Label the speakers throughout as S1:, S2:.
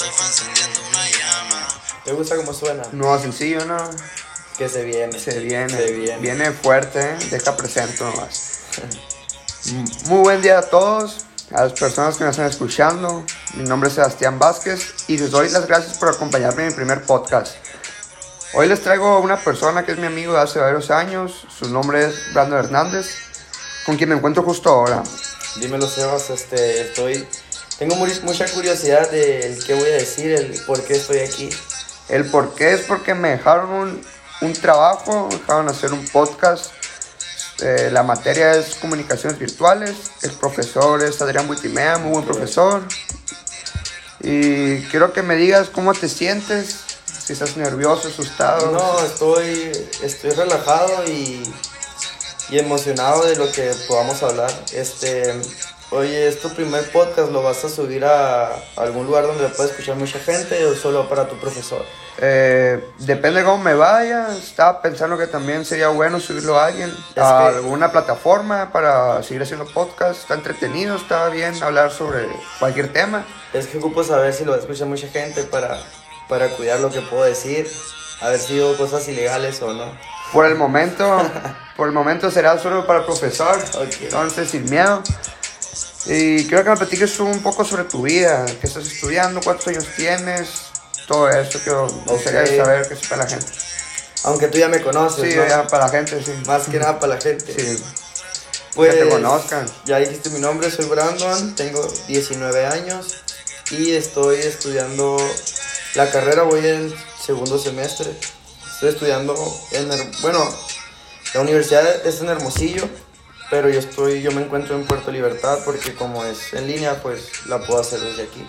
S1: llama, encendiendo una llama.
S2: ¿Te gusta cómo suena?
S3: Nuevo sencillo, ¿no?
S2: Que se viene.
S3: Se viene.
S2: Se viene.
S3: Viene fuerte, ¿eh? deja presento nomás. Mm, Muy buen día a todos, a las personas que nos están escuchando. Mi nombre es Sebastián Vázquez y les doy las gracias por acompañarme en mi primer podcast. Hoy les traigo a una persona que es mi amigo de hace varios años. Su nombre es Brandon Hernández, con quien me encuentro justo ahora.
S2: Dímelo, Sebas, este, estoy... Tengo muy- mucha curiosidad del qué voy a decir, el por qué estoy aquí.
S3: El por qué es porque me dejaron un, un trabajo, me dejaron hacer un podcast. Eh, la materia es comunicaciones virtuales. El profesor es Adrián Buitimea, muy buen profesor. Y quiero que me digas cómo te sientes, si estás nervioso, asustado.
S2: No, estoy, estoy relajado y, y emocionado de lo que podamos hablar. Este, oye, ¿es tu primer podcast? ¿Lo vas a subir a algún lugar donde lo pueda escuchar mucha gente o solo para tu profesor?
S3: Eh, depende de cómo me vaya. Estaba pensando que también sería bueno subirlo a alguien, a
S2: que-
S3: alguna plataforma para seguir haciendo podcast. Está entretenido, está bien hablar sobre cualquier tema.
S2: Es que ocupo saber si lo va a escuchar mucha gente para, para cuidar lo que puedo decir, a ver si digo cosas ilegales o no.
S3: Por el momento, por el momento será solo para el profesor.
S2: Ok.
S3: Entonces, sin miedo. Y quiero que me platiques un poco sobre tu vida, qué estás estudiando, cuántos años tienes, todo eso quiero me gustaría
S2: Ok.
S3: saber que es para la gente.
S2: Aunque tú ya me conoces,
S3: Sí,
S2: ¿no?
S3: ya, para la gente, sí.
S2: Más que nada para la gente.
S3: Sí.
S2: Pues,
S3: te conozcan.
S2: Ya dijiste mi nombre, soy Brandon, tengo 19 años y estoy estudiando la carrera, voy en segundo semestre. Estoy estudiando en, Her- bueno, la universidad es en Hermosillo, pero yo estoy, yo me encuentro en Puerto Libertad porque como es en línea, pues la puedo hacer desde aquí.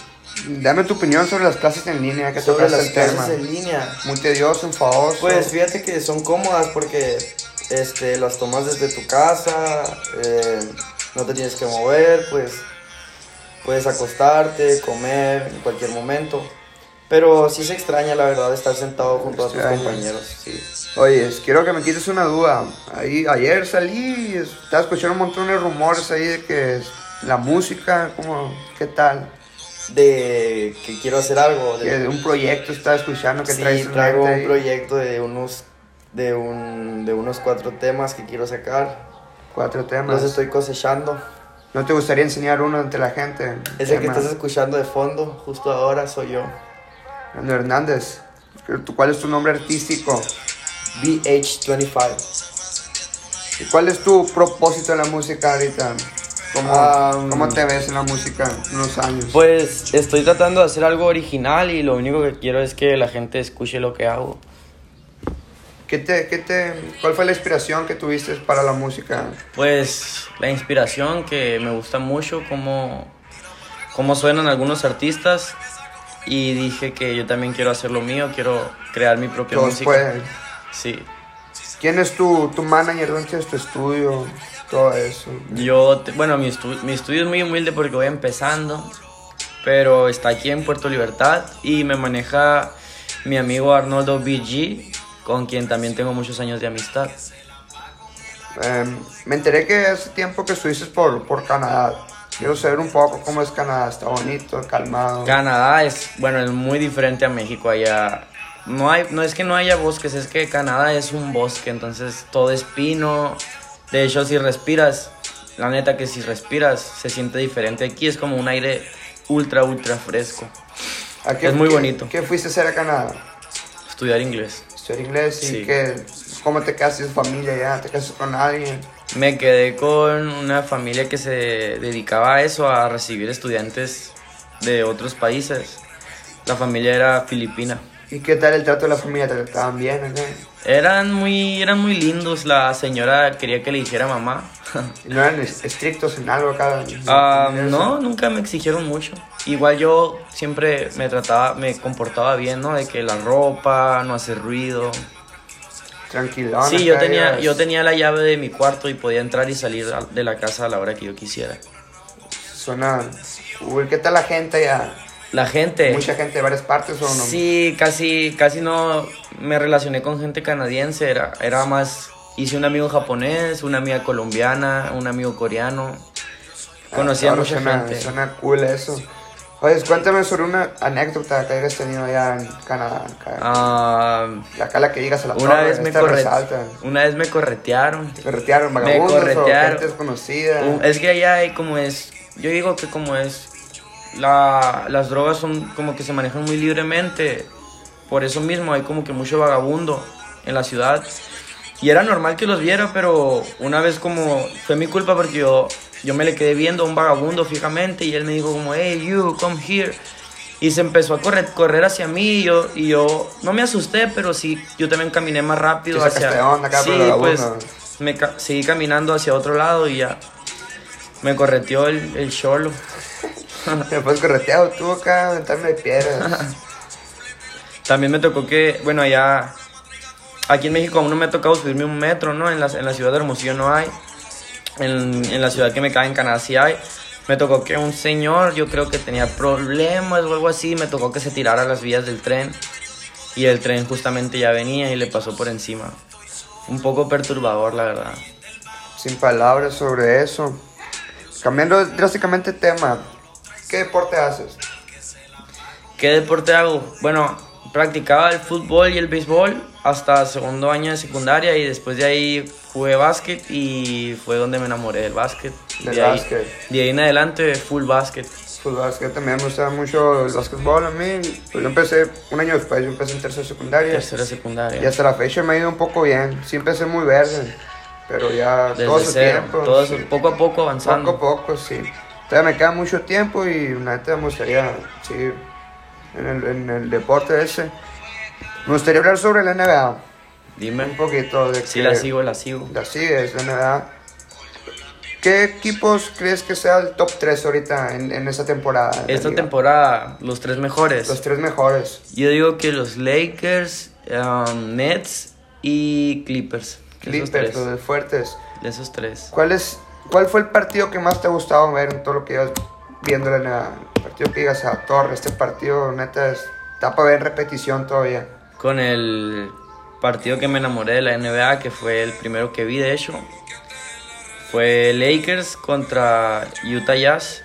S3: Dame tu opinión sobre las clases en línea, que
S2: Sobre
S3: tocas
S2: las
S3: el tema.
S2: clases en línea,
S3: Muy tedioso, enfadoso.
S2: Pues fíjate que son cómodas porque este, las tomas desde tu casa, eh, no te tienes que mover, pues puedes acostarte, comer en cualquier momento. Pero sí se extraña la verdad estar sentado junto a tus
S3: Extraña.
S2: compañeros. sí.
S3: Oye, quiero que me quites una duda. Ahí, ayer salí y estaba escuchando un montón de rumores ahí de que la música, como, ¿qué tal?
S2: De que quiero hacer algo.
S3: Que de
S2: De,
S3: un proyecto estaba escuchando que
S2: sí,
S3: traes en
S2: traigo
S3: mente
S2: un
S3: ahí.
S2: proyecto de unos, de, un, de unos cuatro temas que quiero sacar.
S3: Cuatro temas.
S2: Los estoy cosechando.
S3: ¿No te gustaría enseñar uno ante la gente?
S2: Ese que
S3: Tema.
S2: estás escuchando de fondo justo ahora soy yo.
S3: Leandro Hernández. ¿Tú- ¿Cuál es tu nombre artístico?
S2: BH25.
S3: ¿Y cuál es tu propósito en la música ahorita? ¿Cómo,
S2: Am.
S3: ¿Cómo te ves en la música en unos años?
S2: Ah, mm. Pues estoy tratando de hacer algo original y lo único que quiero es que la gente escuche lo que hago.
S3: ¿Qué te, qué te, ¿Cuál fue la inspiración que tuviste para la música?
S4: Pues la inspiración que me gusta mucho, cómo, cómo suenan algunos artistas. Y dije que yo también quiero hacer lo mío, quiero crear mi propia
S3: Todos
S4: música.
S3: pueden.
S4: Sí.
S3: ¿Quién es tu, tu manager? ¿Dónde es tu estudio? Todo eso.
S4: Yo, te- bueno, mi, estu- mi estudio es muy humilde porque voy empezando, pero está aquí en Puerto Libertad y me maneja mi amigo Arnoldo BG, con quien también tengo muchos años de amistad.
S3: Em, me enteré que hace tiempo que estuviste por, por Canadá. Quiero saber un poco cómo es Canadá. Está bonito, calmado.
S4: Canadá es, bueno, es muy diferente a México allá. No, hay, no es que no haya bosques, es que Canadá es un bosque, entonces todo es pino. De hecho, si respiras, la neta que si respiras se siente diferente. Aquí es como un aire ultra, ultra fresco.
S3: ¿A qué-
S4: es muy
S3: qué-
S4: bonito.
S3: ¿Qué fuiste a hacer a Canadá?
S4: Estudiar inglés.
S3: Estudiar inglés y
S4: Sí.
S3: qué- cómo te casaste con familia ya, te casas con alguien.
S4: Me quedé con una familia que se dedicaba a eso, a recibir estudiantes de otros países. La familia era filipina.
S3: ¿Y qué tal el trato de la familia? ¿Te trataban bien? acá?
S4: Eran muy, eran muy lindos. La señora quería que le dijera mamá.
S3: ¿No eran es- estrictos en algo acá?
S4: Ah, no, nunca me exigieron mucho. Igual yo siempre me trataba, me comportaba bien, ¿no? De que la ropa, no hacer ruido.
S3: Tranquilón.
S4: sí, yo
S3: acá,
S4: tenía,
S3: ibas-
S4: yo tenía la llave de mi cuarto y podía entrar y salir a- de la casa a la hora que yo quisiera.
S3: Suena. Uy, ¿qué tal la gente allá?
S4: La gente.
S3: Mucha gente de varias partes o no.
S4: Sí, casi, casi no me relacioné con gente canadiense. Era, era más, hice un amigo japonés, una amiga colombiana, un amigo coreano. Conocí a
S3: Ahora
S4: mucha
S3: Ah, suena,
S4: gente.
S3: Suena cool eso. Oye, cuéntame sobre una anécdota que hayas tenido allá en Canadá. Acá,
S4: Ah,
S3: acá la que llegas a la
S4: una,
S3: torre,
S4: vez me
S3: esta
S4: corre-
S3: resalta.
S4: una vez me corretearon.
S3: Te corretearon vagabundos o
S4: corretearon.
S3: gente desconocida.
S4: Uh, Es que allá hay como es, yo digo que como es, la- las drogas son como que se manejan muy libremente, por eso mismo hay como que mucho vagabundo en la ciudad. Y era normal que los viera, pero una vez como fue mi culpa porque yo, yo me le quedé viendo a un vagabundo fijamente y él me dijo como, hey, you, come here. Y se empezó a correr, correr hacia mí y yo, y yo no me asusté, pero sí, yo también caminé más rápido
S3: Te sacaste
S4: hacia...
S3: de onda acá
S4: sí,
S3: por el vagabundo.
S4: pues, me ca- seguí caminando hacia otro lado y ya me correteó el, el cholo.
S3: Te puedes correteado tú acá, aventarme de piedras.
S4: También me tocó que, bueno, allá, aquí en México aún no me ha tocado subirme un metro, ¿no? En la, en la ciudad de Hermosillo no hay. En, en la ciudad que me cae en Canadá sí hay. Me tocó que un señor, yo creo que tenía problemas o algo así, me tocó que se tirara a las vías del tren. Y el tren justamente ya venía y le pasó por encima. Un poco perturbador, la verdad.
S3: Sin palabras sobre eso. Cambiando drásticamente el tema. ¿Qué deporte haces?
S4: ¿Qué deporte hago? Bueno, practicaba el fútbol y el béisbol hasta segundo año de secundaria y después de ahí jugué básquet y fue donde me enamoré del básquet. Y
S3: Del
S4: de ahí-
S3: básquet.
S4: De ahí en adelante, full básquet.
S3: Pues básquet también me gusta mucho el básquetbol a mí. Pues yo empecé un año después, yo empecé en tercera secundaria.
S4: Tercera secundaria.
S3: Y hasta la fecha me ha ido un poco bien. Sí empecé muy verde, pero ya
S4: Desde
S3: todo su
S4: cero,
S3: tiempo.
S4: todo
S3: sí.
S4: su- poco a poco
S3: Poco
S4: avanzando.
S3: a poco, sí. Todavía me queda mucho tiempo y la neta me gustaría seguir en el, en el deporte ese. Me gustaría hablar sobre la NBA. Un
S4: Dime.
S3: poquito de
S4: Sí,
S3: que-
S4: la sigo, la sigo.
S3: La sigues, la NBA. ¿Qué equipos crees que sea el top 3 ahorita en, en esta temporada? en la
S4: Esta
S3: liga?
S4: temporada, los tres mejores.
S3: Los tres mejores.
S4: Yo digo que los Lakers, um, Nets y Clippers. Esos
S3: Clippers,
S4: tres.
S3: los fuertes.
S4: De esos tres.
S3: ¿Cuál, es, ¿Cuál fue el partido que más te ha gustado ver en todo lo que ibas viendo en la El partido que digas a Torre, este partido neta es, está para ver en repetición todavía.
S4: con el partido que me enamoré de la NBA, que fue el primero que vi de hecho. Fue Lakers contra Utah Jazz,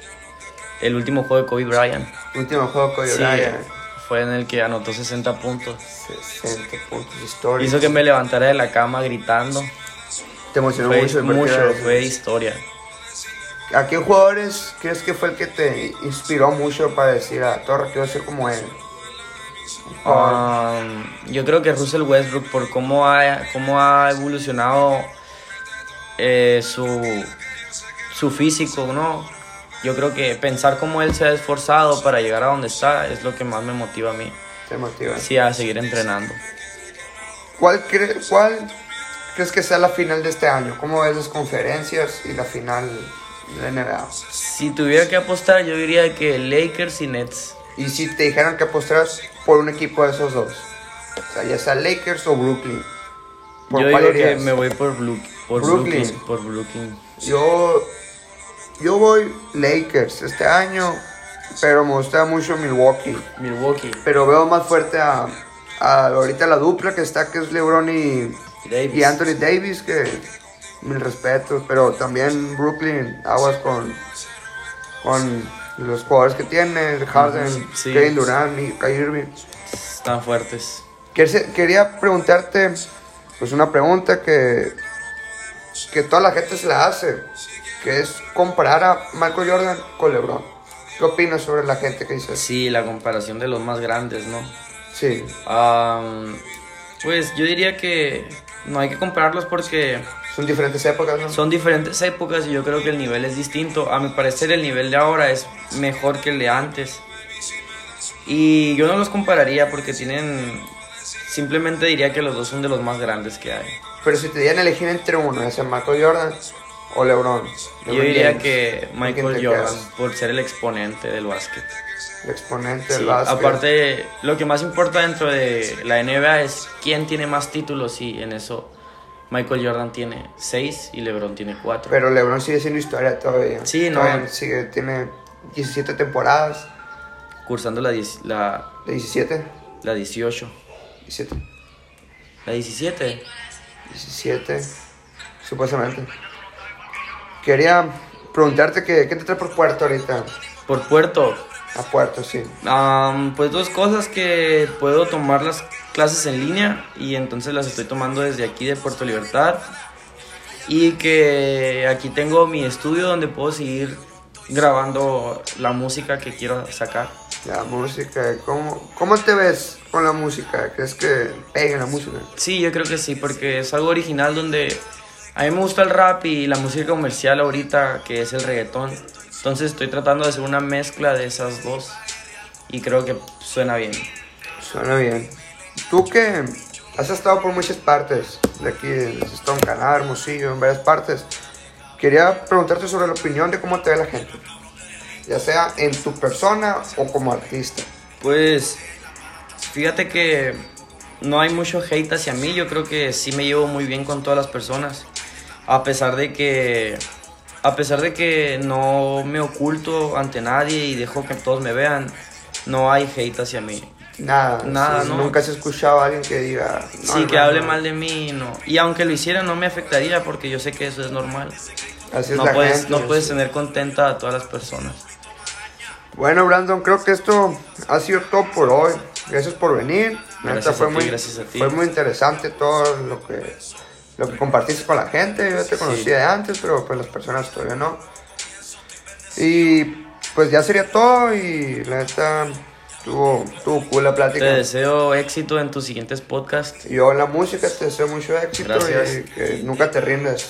S4: el último juego de Kobe Bryant.
S3: Último juego con
S4: Sí,
S3: Bryant,
S4: fue en el que anotó 60 puntos.
S3: 60 puntos históricos.
S4: Hizo que me levantara de la cama gritando.
S3: Te emocionó
S4: Fue
S3: mucho el partido
S4: mucho,
S3: ese.
S4: fue historia.
S3: ¿A qué jugadores crees que fue el que te inspiró mucho para decir a Torre quiero ser como él? Ah,
S4: Um, yo creo que Russell Westbrook por cómo ha, cómo ha evolucionado eh, su, su físico, ¿no? Yo creo que pensar cómo él se ha esforzado para llegar a donde está es lo que más me motiva a mí.
S3: te motiva.
S4: Sí, a seguir entrenando.
S3: ¿Cuál, cre- ¿Cuál crees que sea la final de este año? ¿Cómo ves las conferencias y la final de la NBA?
S4: Si tuviera que apostar, yo diría que Lakers y Nets.
S3: Y si te dijeran que apostaras por un equipo de esos dos, o sea, ya sea Lakers o Brooklyn, ¿por
S4: Yo
S3: cuál
S4: digo que
S3: irías?
S4: me voy por, Blu- por
S3: Brooklyn.
S4: Brooklyn. Por Brooklyn.
S3: Yo, yo voy Lakers este año, pero me gusta mucho Milwaukee.
S4: Milwaukee.
S3: Pero veo más fuerte a, a ahorita la dupla que está, que es LeBron y,
S4: Davis.
S3: y Anthony Davis, que mil respetos, pero también Brooklyn, aguas con, con los jugadores que tiene, Harden,
S4: sí.
S3: Kevin Durant y Kyrie Irving.
S4: Están fuertes.
S3: Quer- Quería preguntarte, pues una pregunta que, que toda la gente se la hace, que es comparar a Michael Jordan con LeBron. ¿Qué opinas sobre la gente que dice eso?
S4: Sí, la comparación de los más grandes, ¿no?
S3: Sí,
S4: Am, pues yo diría que no hay que compararlos porque
S3: son diferentes épocas, ¿no?
S4: son diferentes épocas y yo creo que el nivel es distinto. A mi parecer el nivel de ahora es mejor que el de antes. Y yo no los compararía porque tienen... Simplemente diría que los dos son de los más grandes que hay.
S3: Pero si te dieran a elegir entre uno, ya sea Michael Jordan o LeBron.
S4: Yo
S3: LeBron
S4: diría
S3: James,
S4: que
S3: ¿con quién
S4: Michael
S3: te
S4: Jordan
S3: quedas?
S4: por ser el exponente del básquet.
S3: El exponente
S4: Sí,
S3: del básquet.
S4: aparte, lo que más importa dentro de la NBA es quién tiene más títulos y en eso Michael Jordan tiene 6 y LeBron tiene 4.
S3: Pero LeBron sigue siendo historia todavía.
S4: Sí, no.
S3: Todavía sigue, tiene 17 temporadas.
S4: Cursando la, 10 la,
S3: ¿De 17?
S4: la 18.
S3: 17.
S4: La 17.
S3: 17. Supuestamente. Quería preguntarte que, qué te trae por puerto ahorita.
S4: Por Puerto,
S3: A Puerto, sí.
S4: Am, pues dos cosas que puedo tomar las clases en línea y entonces las estoy tomando desde aquí de Puerto Libertad y que aquí tengo mi estudio donde puedo seguir grabando la música que quiero sacar.
S3: La música, ¿cómo, ¿cómo te ves con la música? ¿Crees que pega la música?
S4: Sí, yo creo que sí, porque es algo original donde a mí me gusta el rap y la música comercial ahorita que es el reggaetón. Entonces estoy tratando de hacer una mezcla de esas dos y creo que suena bien.
S3: Suena bien. Tú que has estado por muchas partes, de aquí, has estado en Canadá, Hermosillo, en varias partes, quería preguntarte sobre la opinión de cómo te ve la gente, ya sea en tu persona o como artista.
S4: Pues fíjate que no hay mucho hate hacia mí, yo creo que sí me llevo muy bien con todas las personas. A pesar de que a pesar de que no me oculto ante nadie y dejo que todos me vean, no hay hate hacia mí.
S3: Nada,
S4: Nada,
S3: sí,
S4: ¿no?
S3: nunca has escuchado a alguien que diga... "No,
S4: sí, que
S3: hermano,
S4: hable mal de mí, no. Y aunque lo hiciera, no me afectaría porque yo sé que eso es normal.
S3: Así es
S4: No
S3: la
S4: puedes,
S3: gente,
S4: no
S3: sí.
S4: puedes tener contenta a todas las personas.
S3: Bueno, Brandon, creo que esto ha sido todo por hoy. Gracias por venir. La
S4: Gracias
S3: neta
S4: a
S3: fue
S4: ti,
S3: muy,
S4: gracias a ti.
S3: Fue muy interesante todo lo que, lo que compartiste con la gente. Yo te conocía de antes, pero pues las personas todavía no. Y pues ya sería todo y la neta tuvo, tuvo cool la
S4: Te
S3: plática.
S4: deseo éxito en tus siguientes podcasts.
S3: Yo en la música te deseo mucho éxito
S4: Gracias.
S3: y que nunca te rindas.